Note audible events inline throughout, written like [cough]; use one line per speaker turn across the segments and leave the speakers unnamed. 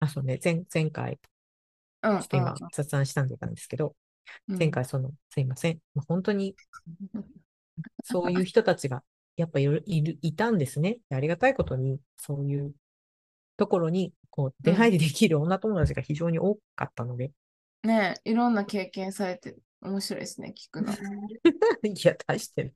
あ、そうね、前、前回、
うんうん
ちょっと今、雑談したんでたんですけど、
うん
前回、その、すいません。まあ本当
[laughs]
に、そういう人たちが、やっぱいる、いる、いたんですね。でありがたいことに、そういうところに、こう、出入りできる女友達が非常に多かったので、
ねえいろんな経験されて面白いですね、聞くの。い
[laughs] いや、大してない。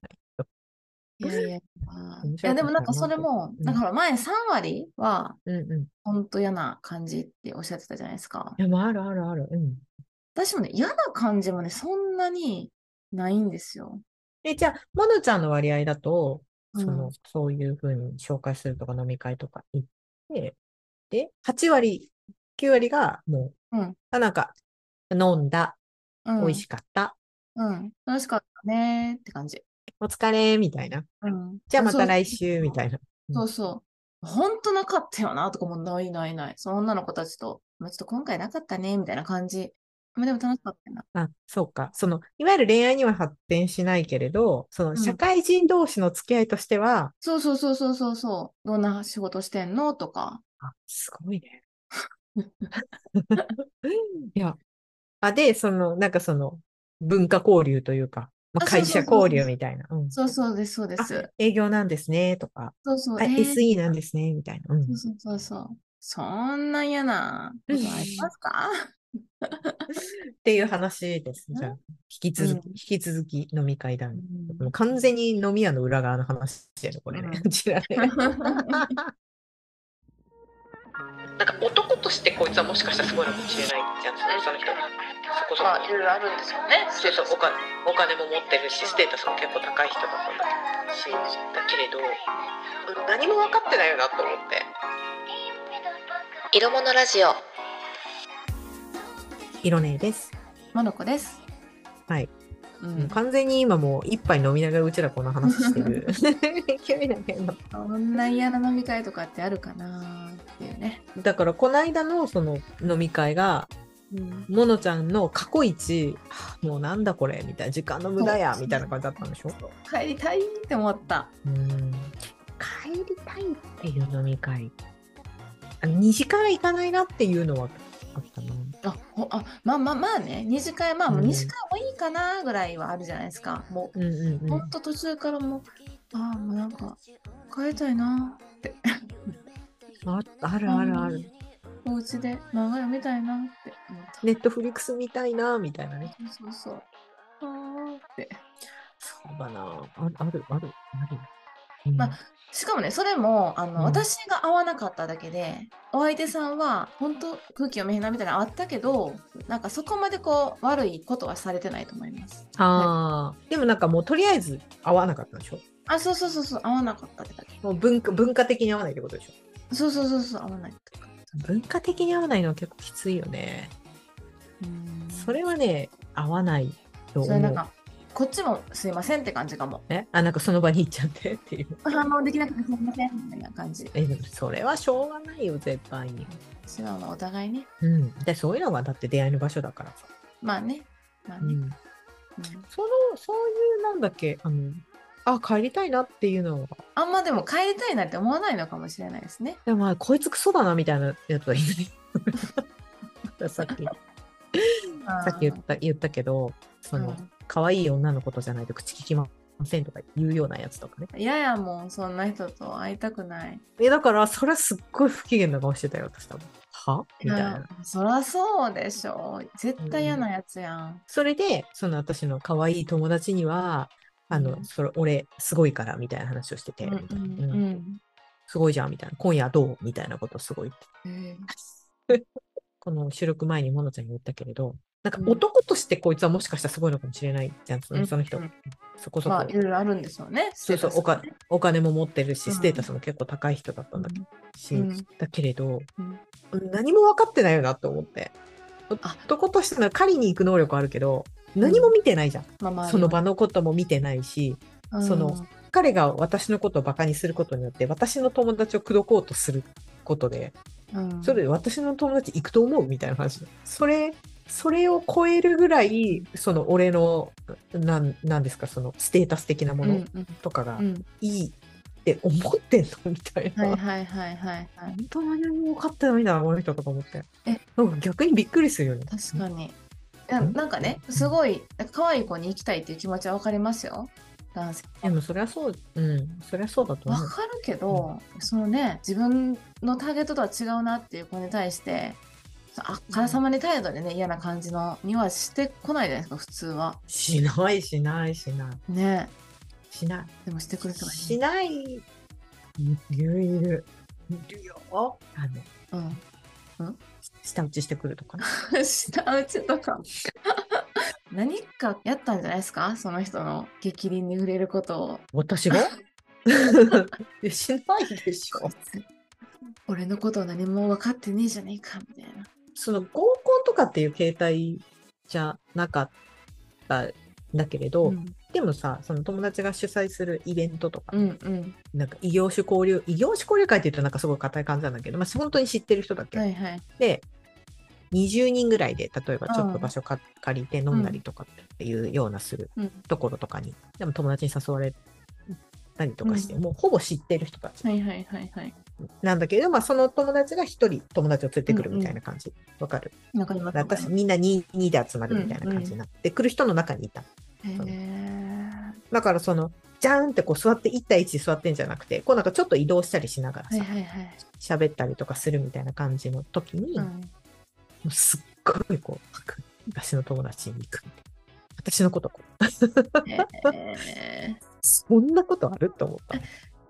やいや。い
面白かった
やでもなんかそれも、
うん
だから前3割は
うんうん。い
本当嫌な感じっておっしゃってたじゃないですか。
や、まあ、あるあるある。うん。
私もね、嫌な感じもね、そんなにないんですよ。
え、じゃあ、モノちゃんの割合だと、
うん
その、そういうふうに紹介するとか飲み会とか行って、で、8割、9割がもう、
うん
あ、なんか、飲んだ、
う
美
ん
味しかった、
うん。楽しかったねって感じ。
お疲れ、みたいな。
うん。
じゃあま
そ
た
う
来週、みたいな。
そうそう。本当なかったよなとかもないないない。その女の子たちと、まあ、ちょっと今回なかったねみたいな感じ。まあ、でも楽しかったよな。
あ、そうか。その、いわゆる恋愛には発展しないけれど、その、
ん
社会人同士の付き合いとしては、
そうそうそうそうそうそう。どんな仕事してんのとか。
あ、すごい
[laughs]
ね。いや。あ、で、その、なんかその、文化交流というか、まあ、
あ
会
そうそう
社
そうそう
交流みたいな。うん。
そうそうです、そうで
あ
す。
営業なんですね、とか、
そうそう。
あ、
えー
SE なんですね、みたいな。うん
そうそうそうそう。そんな嫌なことありますか
っていう話です。じゃあ、引き続き、
うん
引き続き飲み会 [laughs] 談。
う
も
ん
う完全に飲み屋の裏側の話して [laughs] る、これね。
う
うちらね。なんか男としてこいつはもしかしたらすごいのかもしれないじゃん、そのその人が。そこそこ。
ろいろあるんですよね。
そうそうお金お金も持ってるしステータスも結構高い人だったしだけれど何も分かってないよなと思って
色物ラジオ。
色ねです、
モノコです。
はい。
うん。
完全に今もう一杯飲みながらうちらこの話して [laughs] る勢いだけど
そんな嫌な飲み会とかってあるかなっていうね。
だからこの間のその飲み会が
うん。
モノちゃんの過去一はあもうなんだこれみたいな時間の無駄やみたいな感じだったんでしょ
帰りたいって思った。
うん帰りたいっていう飲み会あ2次会は行かないなっていうのはあったな
あ、ほあまあまあまあね、二次会、まあもう
うん
二次会もいいかなぐらいはあるじゃないですか。も
うんうん
う、
うん
ほんと途中からもう、ああ、もうなんか、帰りたいな。
ああるあるある。
お家で漫画読みたいなって思った。
ネットフリックスみたいな、みたいなね。
そうそうそう。あーって。
そうだな。ある、ある、ある。あるうん
まあしかもね、それも、あの、
うん
私が合わなかっただけで、お相手さんは、本当空気読めへんなみたいなのあったけど、なんかそこまでこう、悪いことはされてないと思います。
あーでもなんかもうとりあえず合わなかったんでしょ
あ、そうそうそうそう、合わなかったってだけ。
もう文化文化的に合わないってことでしょ
そうそうそうそう、合わないとか。
文化的に合わないのは結構きついよね。それはね、合わないと
それ
思
なん
う。
か、こっちもすいませんって感じかも。
えあ、なんかその場に行っちゃってっていう。
反応できなくてすいませんみたいな感じ。
え、でもそれはしょうがないよ、絶対に。
それはまあお互いね。
うん。で、そういうのがだって出会いの場所だからさ。
まあね。まあ
う
ね。
ん。その、そういうなんだっけ、あの、あ、帰りたいなっていうのは、
あんまでも帰りたいなって思わないのかもしれないですね。
でもまあ、こいつクソだなみたいなやつはい [laughs] ない。さっき、さっき言った、言ったけど、その、可愛い女の子とじゃないと口聞きませんとか言うようなやつとかね。
いややもうそんな人と会いたくない。
え、だから、それはすっごい不機嫌な顔してたよ、私多分。はみたいな。
あそらそうでしょ。絶対嫌なやつやん。
それで、その私の可愛い友達には、あ
う
の、
ん
それ、俺、すごいから、みたいな話をしてて、
うんう
みたいなん
う
うん
ん。
すごいじゃん、みたいな。今夜どうみたいなことをすごい言って
え
この収録前にモノちゃんに言ったけれど、なんか
うん
男としてこいつはもしかしたらすごいのかもしれないじゃん、そ
え
のその人。
うん
そこそこ、
まあいろいろあるんでしょうね。
そうそうおか
金。
お金も持ってる
う
し、
ん
ステータスも結構高い人だったんだけど、し
うん
だけれど、
うん
何も分かってないよなと思って。
あ
男としての狩りに行く能力あるけど、何も見てないじゃん。
まあまあ
その場のことも見てないし、その彼が私のことをバカにすることによって、私の友達を口説こうとすることで、
うん
それ私の友達行くと思うみたいな話それそれを超えるぐらいその俺のなんなんですかそのステータス的なも
うんう
の
ん
とかが
うん
いいって思ってんのみたいな。
はいはいはいはいはい。
本当に何も分かってないんだな、この人とか思って。
え
なんか逆にびっくりするよね。
確かに。ななんかね、すごい、なんか可愛い子に行きたいっていう気持ちはわかりますよ。男性。
でもそりゃそう、うん、そりゃそうだと
わ
思う。
かるけど、そのね、自分のターゲットとは違うなっていう子に対して、そあからさまに態度でね、嫌な感じのにはしてこないじゃないですか、普通は。
しない、しない、しない。
ね。
しない。
でもしてくれたらい
し
い。
ない。いるいる。いるよ。あの、
うん。
舌打ちしてくるとかね。
[laughs] 下打ちとか [laughs] 何かやったんじゃないですかその人の逆鱗に触れることを
私が [laughs] いやしないでしょ。
[laughs] 俺のことを何も分かってねえじゃねえかみたいな
その合コンとかっていう形態じゃなかったんだけれど、
うん
でもさ、その友達が主催するイベントとか、
うんうん
なんか異業種交流、異業種交流会って言うとなんかすごい硬い感じなんだけど、まあ、本当に知ってる人だけ。
はいはい
で、20人ぐらいで、例えばちょっと場所か借りて飲んだ
う
りとかっていうようなする
うん
ところとかに、でも友達に誘われたりとかして、もうほぼ知ってる人たち
はいはいはいはい
なんだけど、まあ、その友達が一人友達を連れてくるみたいな感じ。わ、かる
わかります
私、みんな 2, 2で集まるみたいな感じになって、来る人の中にいた。
へ
だから、その、じゃーんってこう座って、1対1で座ってんじゃなくて、こうなんかちょっと移動したりしながら
えはい
さ、
はいはい
喋、ったりとかするみたいな感じの時に、
う
も
ん
うすっごいこう、 [laughs] 私の友達に行くみたいな。私のことこう、
へー
そんなことあると思った。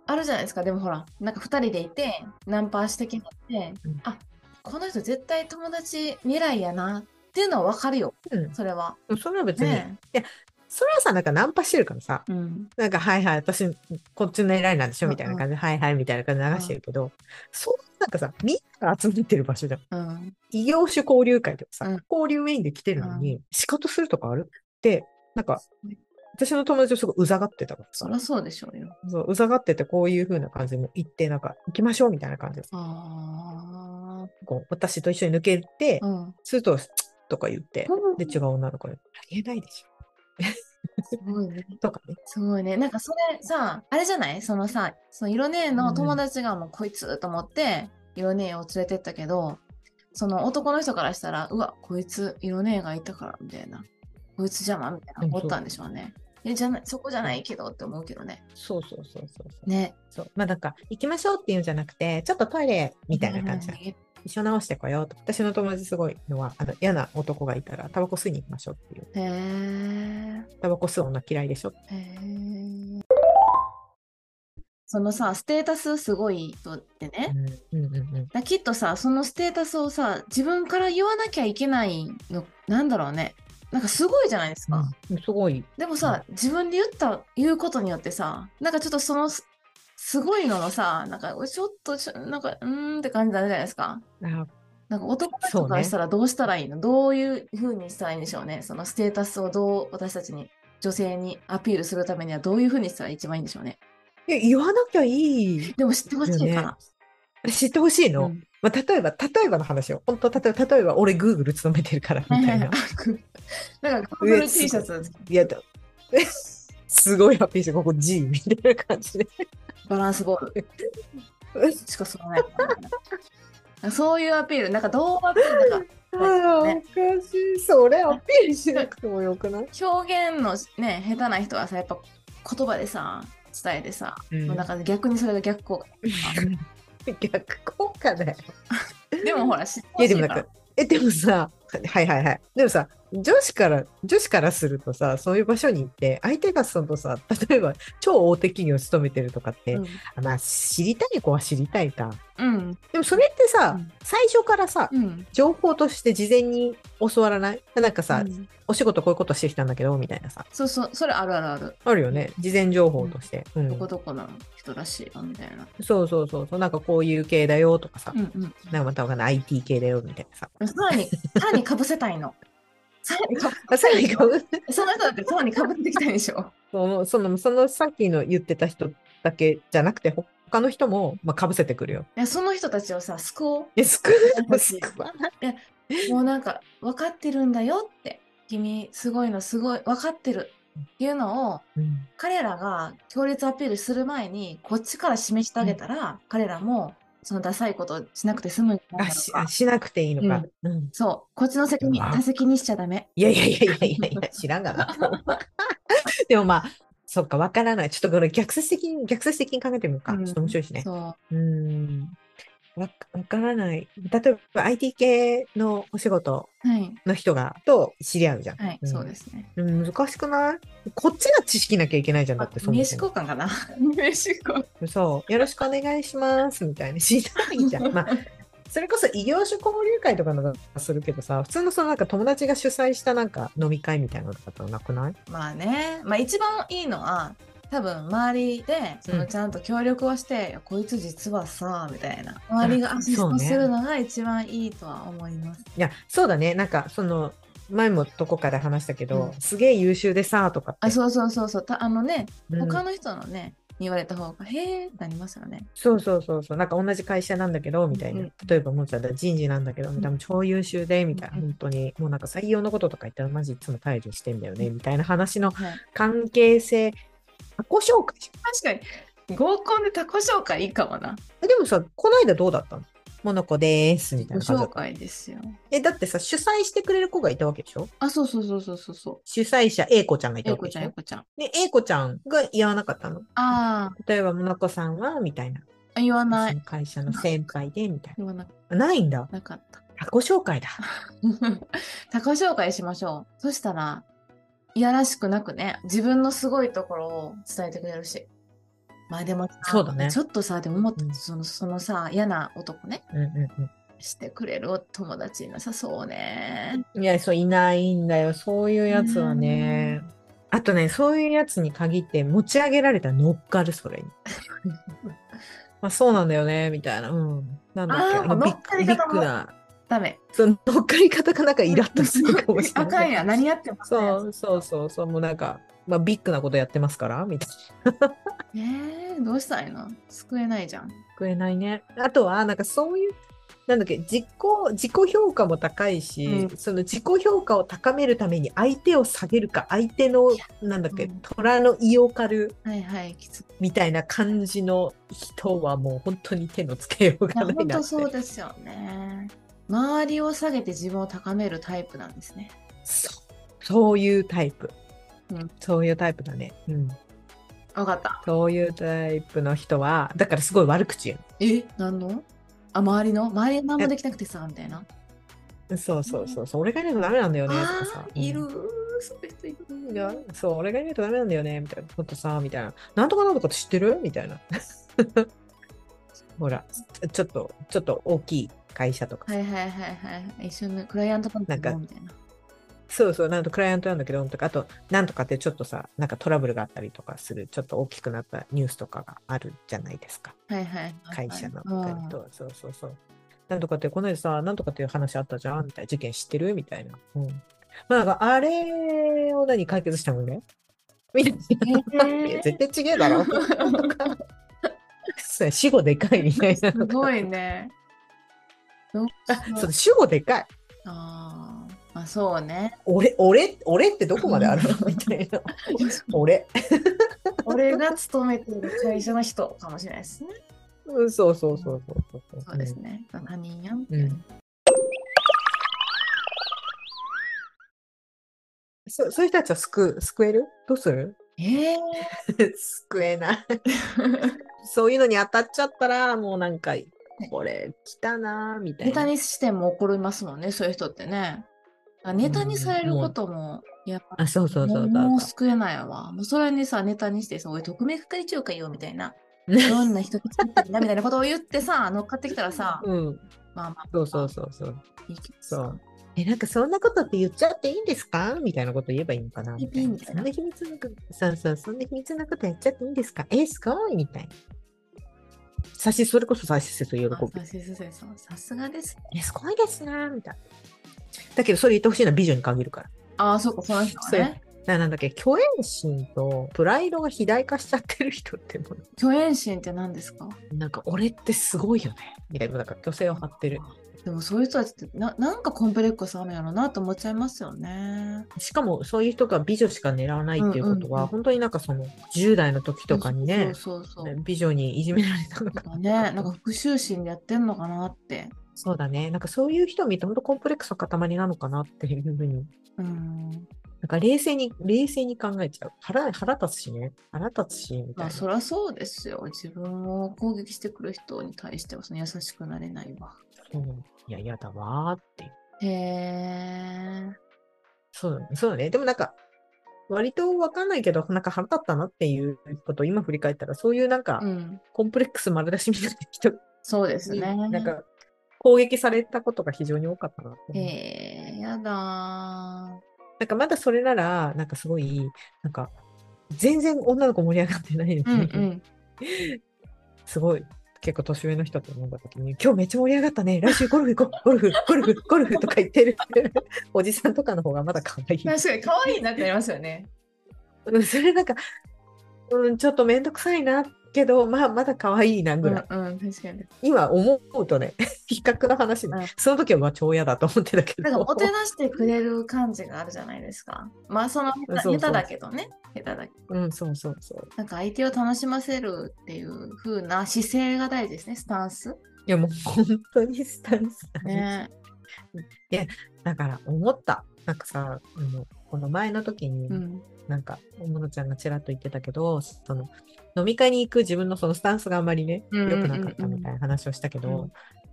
あるじゃないですかでもほらなんか2人でいてナンパしてきはって、
うん
あこの人絶対友達未来やなっていうのは分かるよ
うん
それは
でもそれは別に、
ね
それはさ、なんかナンパしてるからさ、
えうん
なんか、はいはい、私、こっちの偉いなんでしょみたいな感じで、はいはい、みたいな感じで流してるけど、そう、なんかさ、みんなが集まってる場所じゃん。
うん
異業種交流会とかさ、
うん
交流メインで来てるのに、仕事するとかあるって、なんか、私の友達をすごいうざがってたから
そ
さ
り、ゃそうでしょうよ。
そううざがってて、こういう風な感じで行って、なんか、行きましょうみたいな感じでさ、
あ
こう、私と一緒に抜けて
あ、、うん。
すると、チッとか言って、で、違
す
う女の子に、ありえないでし
ごいね。
ょとかね。
すごいね。なんかそれさ、あれじゃないそのさ、その色姉の友達がもうこいつと思って、色姉を連れてったけど、その男の人からしたら、うわ、こいつ色姉がいたから、みたいな。こいつ邪魔みたいな思ったんでしょうね。え、じゃない、そこじゃないけどって思うけどね。
そうそうそうそうそう。
ね。
そう。まあなんか、行きましょうっていうんじゃなくて、ちょっとトイレみたいな感じで、
うん
一緒直してこようと。私の友達すごいのは、あの、嫌な男がいたら、タバコ吸いに行きましょうっていう。
へえ。
タバコ吸う女嫌いでしょ。
へえ。そのさ、ステータスすごい人ってね、
うん、うん、うんうん。
だきっとさそのステータスをさ自分から言わなきゃいけないのなんだろうねなんかすごいじゃないですか、
うんすごい。
でもさ自分で言った言うことによってさなんかちょっとそのすすごいののさなんかちょっとちょなんかうーんって感じになるじゃないですか
あ
なんか男の
そう
人
ね
からしたらどうしたらいいの、どういうふうにしたらいいんでしょうねそのステータスをどう私たちに女性にアピールするためにはどういうふうにしたら一番いいんでしょうね
いや言わなきゃいい。
でも知ってほしい
よね
から、
知ってほしいの。
うん
まあ、例えば、例えばの話を。本当例えば、例えば、俺、グーグル勤めてるから、みたいな。
[laughs] なんか Google T シャツ
いや、だすごいハッピーして、ここ G みたいな感じで。
バランスボールしかそうないからねなんかそういうアピール、なんかどうアピール、なんか
あ
は
あ、
い
お
ね
かしい。それアピールしなくてもよくない、
表現のね、下手な人はさ、やっぱ言葉でさ、伝えてさ、もうなんか逆にそれが逆効果。
[laughs] 逆効果だよ。
でもほら、知って
い
ほ
や
し
で
い
も
か
なん
ら
か、え、でもさ、はいはいはい。でもさ、女子から、女子からするとさ、そういう場所に行って、相手がそのさ、例えば超大手企業を勤めてるとかって、まあ知りたい子は知りたいか。
うん、
でもそれってさ、
うん
最初からさ、
うん、
情報として事前に教わらないなんかさ、
うん
お仕事こういうことしてきたんだけど、みたいなさ、
そうそう、それあるあるある。
あるよね。事前情報として。うん
どこどこの人らしいよみたいな。
そうそうそうそう、なんかこういう系だよとかさ、
うん
なんかまたわかんない IT 系だよみたいな
[laughs]
さ。
うん。さらに、さらにかぶせたいの。さらにかぶ
あさらにかぶせ
その人だってさらにかぶってきたいんでしょ。
その、その、そのさっきの言ってた人だけじゃなくて、他の人も、まあ、被せてくるよ。
いや、その人たちをさ、救おう。
え、救
欲
う
しい [laughs]
救わない。
もうなんか分かってるんだよって君すごいのすごい分かってるっていうのを
うん
彼らが強烈アピールする前にこっちから示してあげたら、彼らもそのダサいことをしなくて済むんじゃな
あ
いかと
し
か
あしなくていいのか。うん
そうこっちの責任
うわ
他責にしちゃダメ
いやいやいやいやいやいや、知らんがな。 [laughs] でもまあ、そっか、わからない。ちょっとこれ逆説的に、逆説的に考えてみようか。
うん
ちょっと面白いしね。
そう
うん。わかわからない。例えば IT 系のお仕事
はい
の人が、と知り合うじゃん。
はい、
うん
そうですね
うん難しくないこっちが知識なきゃいけないじゃん。だってそ
名
も
刺
そ
交
も。
換かな [laughs] 名刺交換
そう。よろしくお願いします。みたいな。知らないじゃん。まあ、それこそ異業種交流会とかのがするけどさ、普通のそのなんか友達が主催したなんか飲み会みたいなのとかってなくない
まあね、まあ一番いいのは、多分周りでその
うん
ちゃんと協力をして、いやこいつ実はさみたいな周りがアシス
そう
ト
ね
するのが一番いいとは思います。
いや、そうだね。なんか、その、前もどこかで話したけど、
う
すげえ優秀でさ、とかって。
あそうそうそうそうたあのね、
うん
他の人のねに言われた方がへえってなりますよね。
そうそうそうそう。なんか同じ会社なんだけど、みたいな。
うん
例えば、もうちょっと人事なんだけど、みたいな。超優秀で、みたいな。
うん
本当に。もうなんか採用のこととか言ったら、マジいつも退場してんだよね、みたいな話の
はい、
関係性。他己紹介し
確かに合コンで他己紹介いいかもな。
えでもさ、この間どうだったのモノコでーす、み
自己
たいな感じだ
紹
った。
介ですよ。
え、だってさ、主催してくれる子がいたわけでしょ
あそうそうそうそうそうそう。
主催者、A 子ちゃんがいた
えい
わ
こ
けで
ち
し
ゃんえい
ょ
こちゃん。
で、A 子ちゃんが言わなかったの
あ
例えば、モノコさんは、みたいな。
あ言わな
そ
い
の会社の先輩で、みたい
言わな
な。ないんだ。
なかった。
他己紹介だ。
[laughs] 他己紹介しましょう。そしたら、いやらしくなくね、自分のすごいところを伝えてくれるし。まあでもさ、
そうだね
ちょっとさ、でも思った、
うん
その、そのさ、嫌な男ね、
うんうん
してくれるお友達いなさそうね。
うん。いや、そう、いないんだよ。そういうやつはね。あとね、そういうやつに限って持ち上げられたら乗っかる、そ
[laughs]
れに。まあ、そうなんだよね、みたいな。うん。なんだっけ
あー
あの、
乗
ビ
っかり
ッビ
方
ッ
も
グな。
ダメ。
その乗っかり方がなんかイラッとするかもしれ
[laughs] あか
なんい。
や、何やってますね。
そうそうそうそう、もうなんか、まあ、ビッグなことやってますから、みたいな。
えー、どうしたらいいの救えないじゃん。
食えないね。あとは、なんかそういう、なんだっけ、自己、自己評価も高いし、
う
その自己評価を高めるために相手を下げるか、相手の、なんだっけ、
うん
虎のイオカル
はいはい、きつい。
みたいな感じの人はもう本当に手のつけよう
い
が
や、
ない
本
な
当
って。
そうですよね。周りを下げて自分を高めるタイプなんですね。
そうそういうタイプ、
うん
そういうタイプだね。うん。
わかった。
そういうタイプの人は、だからすごい悪口言
え何のあ周りの周りが何もできなくてさみたいな
う。そうそうそうそう。俺がいないとダメなんだよね、とか
あ
さ。
ーい
うん
るそういう人いる
がそう、俺がいないとダメなんだよね、みたいな。ほんとさ、みたいな。なんとかなんとかって知ってるみたいな。 [laughs] ほら、ちょちょっと、ちょっと大きい会社とか。
はいはいはいはい一緒のクライアントさんと
なんか
もみたいな
そうそう、なんとクライアントなんだけど、とか、あと、なんとかってちょっとさ、なんかトラブルがあったりとかする、ちょっと大きくなったニュースとかがあるじゃないですか。
はいはいはい
会社の
うん
中と。そうそうそう。なんとかって、この間さ、なんとかっていう話あったじゃんみたいな。事件知ってるみたいな。うん。まあ、なんかあれを何解決したのねみたいな。いや
え
[laughs]
ー
絶対違えだろ。そうや死後でかいみたいな
す
のが。
ごいねどうしよう
そう死後でかい。
あーまあそうね
俺、俺、俺ってどこまであるのみたいな。俺。
俺が勤めてる会社の人かもしれないですね
うんそうそうそうそうそう。
そうですね他人やんって
う
い
ん。う
うん
そそういう人たちは救う救えるどうする [laughs]
え
救えない。
ー
そういうのに当たっちゃったら、もうなんか、これ、来たなーみたい
ネタ
な。
にしても怒りますもんねそういう人ってねあネタにされることもやっぱ
あ、そうそうそう。
も
そううそ
救えないわ。もうそれにさ、ネタにしてさ、おい、特命係長かよ、みたいな。
うね
どんな人が作ってんだ、みたいなことを言ってさ、 [laughs] 乗っかってきたらさ、
[laughs] うん。
まあまあ、
そうそうそうそう。
いいけどさ
そう。え、なんかそんなことって言っちゃっていいんですかみたいなこと言えばいいのかなみたい
ピ
な。
ピみた
そ
い
ん
な
な秘密なこと、そうそう、そんな秘密なことやっちゃっていいんですかえ、すごいみたいな。さし、それこそさしせと喜ぶ
あ。さすがですさすがです。
え、すごいですなみたいな。だけど、それ言ってほしいのは美女に限るから。だか
ああ、そうか、その人はね。
らなんだっけ、虚栄心とプライドが肥大化しちゃってる人っても
虚栄心って何ですか
う、なんか俺ってすごいよね。みたいな、なんか虚勢を張ってる。
でもそういう人たちってななんかコンプレックスあるんやろうなと思っちゃいますよね。
しかもそういう人が美女しか狙わないっていうことは、
うんうんうん
本当になんかその10代の時とかにね、
そうそうそう。
美女にいじめられたの
と
か
かね、
[laughs]
なんか復讐心でやってんのかなって。
そうだね。なんかそういう人を見て、本当コンプレックスの塊なのかなっていうふうに。
うん。
なんか冷静に、冷静に考えちゃう。腹、腹立つしね。腹立つし、みた
ま
い
あ
な。
そりゃそうですよ。自分を攻撃してくる人に対してはその優しくなれないわ。
うんいや、嫌だわーっていう。
へえ。
そうだね。そうだね。でもなんか、割とわかんないけど、なんか腹立ったなっていうことを今振り返ったら、そういうなんか
う、ん。
コンプレックス丸出しみたいな人
そうです
に、
ね。
なんか、攻撃されたことが非常に多かったなと思う。
へえ、やだー。
なんかまだそれなら、なんかすごい、なんか、全然女の子盛り上がってないの
うんう
に、
ん。
すごい、結構年上の人と飲んだ時に、今日めっちゃ盛り上がったね、来週ゴルフ行こう、ゴルフ、ゴルフ、ゴルフとか言ってる [laughs] おじさんとかの方がまだ可愛い。
確かに可愛いなってなりますよね。
うんそれなんか、うん、ちょっとめんどくさいな、けど、まあ、まだ可愛いな
う
ぐ
んう
らい。
ん、確かに。
今思うとね、 [laughs] 比較の話で、
うん
その時はまあ超嫌だと思ってたけ
な
ど。
んかもてなしてくれる感じがあるじゃないですか。まあその下手
そうそう
下手だけどね。下手だけ
う
ど。
ん、そうそうそう。
なんか相手を楽しませるっていう風な姿勢が大事ですね、スタンス。
いや、もう本当にスタンスだね
ね。
だから思った。なんかさ、あのこの前の時に、
うん。
なんか、おものちゃんがちらっと言ってたけど、その、飲み会に行く自分のそのスタンスがあんまりね、
うん
良
うん
く
うんうん
なかったみたいな話をしたけど、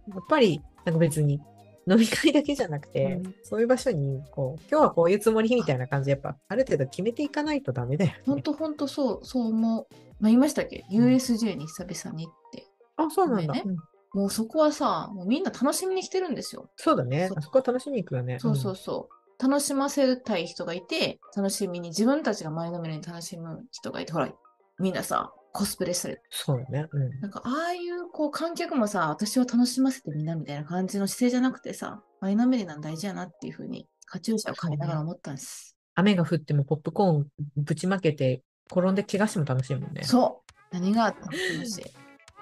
うん
やっぱり、なんか別に、飲み会だけじゃなくて、
うん
そういう場所に、こう、今日はこういうつもりみたいな感じで、やっぱ、ある程度決めていかないとダメだよ
ほん
ね。
とほんとそう、そう思う。まあ、言いましたっけ ?USJ に久々に行って。
あ、そうなんだ。
ね
うん
もうそこはさ、もうみんな楽しみに来てるんですよ。
そうだね
そ。う
あそこは楽しみに行くよね。
そうそううんそう。楽しませたい人がいて、楽しみに、自分たちが前のめりに楽しむ人がいて、ほら、みんなさ、コスプレしたり
そうだね。うん。
なんかああいうこう観客もさ、私を楽しませてみんなみたいな感じの姿勢じゃなくてさ、前のめりなん大事やなっていうふうに、カチューシャをかけながら思ったんです。
雨が降ってもポップコーンぶちまけて、転んで怪我しても楽しいもんね。
そう,、何があったの楽しい。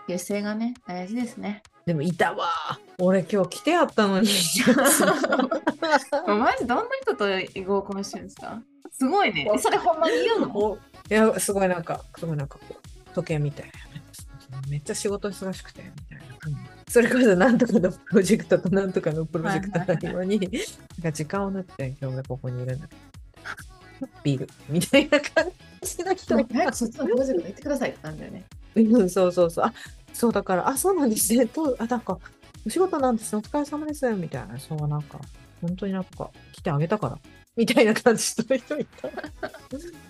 優勢がね、大事です [laughs] ね。
でもいたわー。俺今日来てやったのに。
マジどんな人と合コンしてるんですかすごいね。それほんまに言う [laughs] の
おいや、すごいなんか、すごいなんかこう、時計みたいな。めっちゃ仕事忙しくて、みたいな。それこそなんとかのプロジェクトとなんとかのプロジェクトの合間に、なんか時間を縫って今日がここにいるんだけど。ビールみたいな感じの人が
早くそっちのプロジェクト行ってくださいってなんだよね。
うん、そうそうそう。あ、そうだから、あ、そうなんですね。と、あ、なんか、お仕事なんですね。お疲れ様です。みたいな。そう、なんか、本当になんか、来てあげたから。みたいな感じした人いた。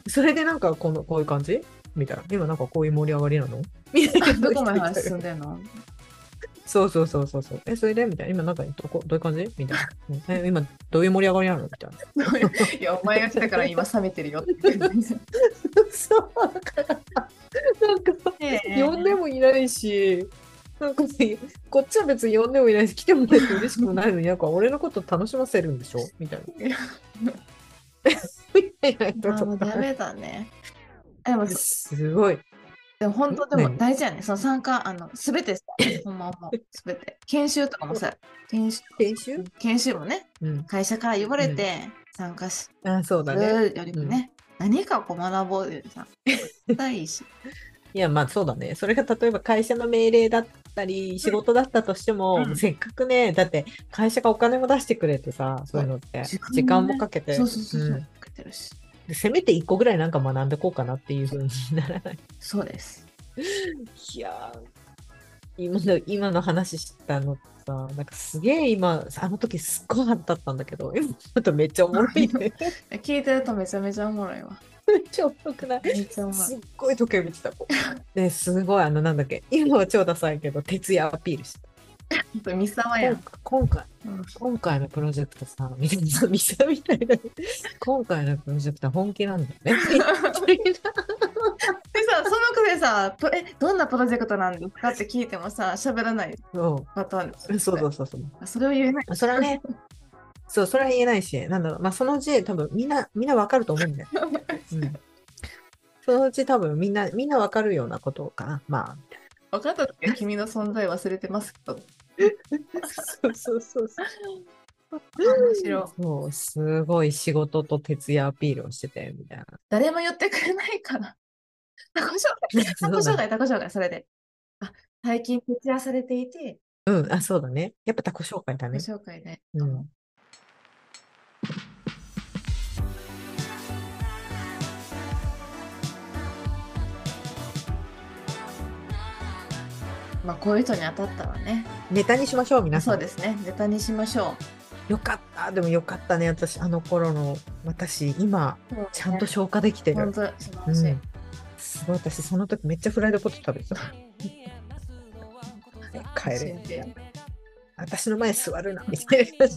それでなんか、この、こういう感じみたいな。今なんかこういう盛り上がりなのみたいな。
[laughs] どこまで話進んでんの [laughs]
そうそうそうそうそう。え、それでみたいな。今なんか、どこ、どういう感じみたいな。うんえ、今、どういう盛り上がりなのみ
[laughs]
たいな。
いや、お前が来たから今冷めてるよって感じ。 [laughs]
そう、だから、なんか、
ねえ
呼んでもいないし、なんか、こっちは別に呼んでもいないし、来てもらって嬉しくもないの
[laughs]
に、なんか俺のこと楽しませるんでしょみたい
いや
な。みた [laughs] いな人
あーも
と
うダ
か。
メだね。でも
すごい。
でも本当でも
ね
大事やね。その参加、あの、すべてさ、ほんまもう、すべて。研修とかもさ、研修、
研修
研修もね、
うん。
会社から呼ばれて参加す
あ、そうだね。
るよりもね、何かこう学ぼうよりさ、絶対いいし。
いや、まあそうだね。それが例えば会社の命令だったり、仕事だったとしても、
うん
せっかくね、だって会社がお金も出してくれてさ、そういうのって、
時間
時間
もね
もかけて。
そうそうそうそう、
うん
かけてるし。
でせめて1個ぐらいなんか学んでこうかなっていうふうにならない。
そうです。
いやー今の今の話したのさ、なんかすげえ今、あの時すっごい腹立ったんだけど、今ちょっとめっちゃおもろ
[laughs]
いね。
聞いてるとめちゃめちゃおもろいわ。
めっちゃおもろくない
めっちゃおもろ
す [laughs]
い。
っごい時計見てた子。ね、すごいあのなんだっけ、今は超ダサいけど、徹夜アピールしてた。
ほんと三沢や
今 [laughs]
ん。
今回、
うん
今回のプロジェクトさ、みたいな、みさみたいな、今回のプロジェクトは本気なんだよね。
[laughs] でさ、その子でさ、プえ、どんなプロジェクトなんですかって聞いてもさ、喋らない
そ
パターンです
う
よ
そうそうそうそう。
それを言えない。
それはね、 [laughs] そう、それは言えないし、なんだろう、まあ、そのうち多分みんな、みんなわかると思 [laughs] うんだよ。うん、そのうち多分みんな、みんなわかるようなことかな。まあ、
分かった時は君の存在忘れてますけど。
そうそうそうそう。
面白い。
そう、すごい仕事と徹夜アピールをしてて、みたいな。
誰も言ってくれな
[laughs]
いから。タコ障害、タコ障害、タコ障害、それで。あ、最近徹夜されていて、
うん、あ、そうだね。やっぱ他己紹介だ
タコ
ね。
障害で。
うん。
まあ、こういう人に当たったらね。
ネタにしましょう、皆さん。
そうですね。ネタにしましょ
よかった。でもよかったね。私、あの頃の私、今、
う。
ちゃんと消化できて
本
る。
当、素晴
う
らしい。
ん。すごい、私、その時めっちゃフライドポテト食べて [laughs] た。帰れ。
教えて
私の前座るな、みたいな。 [laughs]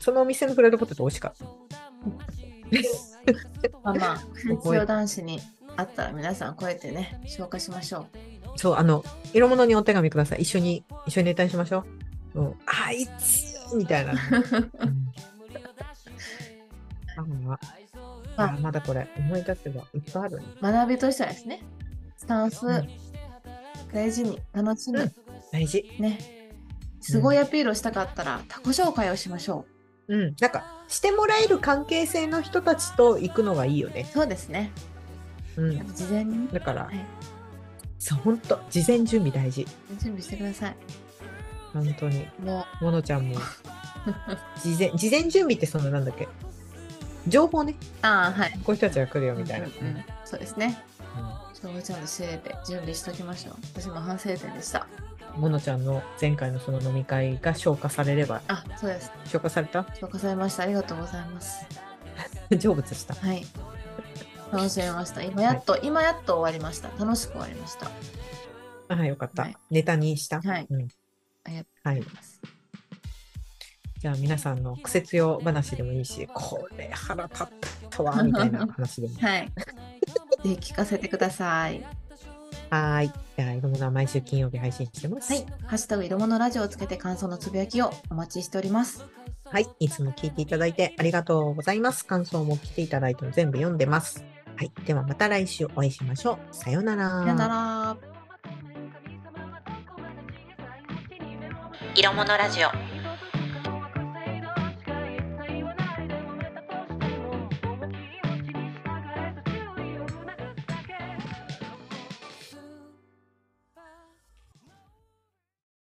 そのお店のフライドポテト美味しか [laughs] った。
まあまあ、
い
環境男子にあったら皆さんこうやってね、消化しましょ
そう、あの、色物にお手紙ください。一緒に、一緒にネタにしましょう。うん、あいつみ [laughs] たいな。うん
う。
あああまだこれ、思い出せばいっぱいあるね。
学びとしてはですね、スタンス
うん
大事に楽しむ。
大事。
ね。すごいアピールをしたかったら、他己紹介をしましょ
うん。なんか、してもらえる関係性の人たちと行くのがいいよね
う。。そうですね。
う
やっ
ん。
ぱ事前に
だから、
はい
そう、本当事前準備大事。
準備してください。
本当に。
も
ものちゃん
[laughs]
も。事前、事前準備ってそのなんだっけ情報ね。
う、ああ、はい。
こういう人たちが来るよみたいな。
う
うんん
うんうんそうですね。
う
ちょちゃんと調べて準備しておきましょう。私も反省点でした。
んものちゃんの前回のその飲み会が消化されれば、
あ、そうです。
消化された [laughs]
消化されました。ありがとうございます。
成仏した。
はい。楽しめました。今やっと、今やっと終わりました。楽しく終わりました。
ああ、よかった、
はい
ネタにした。
はい
うん
ありがと
はい。
うございます。
じゃあ皆さんの苦節用話でもいいし、これ腹立ったわ、みたいな話
[laughs]
でも。 [laughs]
はい。ぜひ聞かせてください。
はーい。じゃあ、いろんな毎週金曜日配信してます。
はい。ハッシュタグ色物ラジオをつけて感想のつぶやきをお待ちしております。
はい。いつも聞いていただいてありがとうございます。感想も来ていただいても全部読んでます。はい。ではまた来週お会いしましょう。さようなら。
さよなら。
色物ラジオ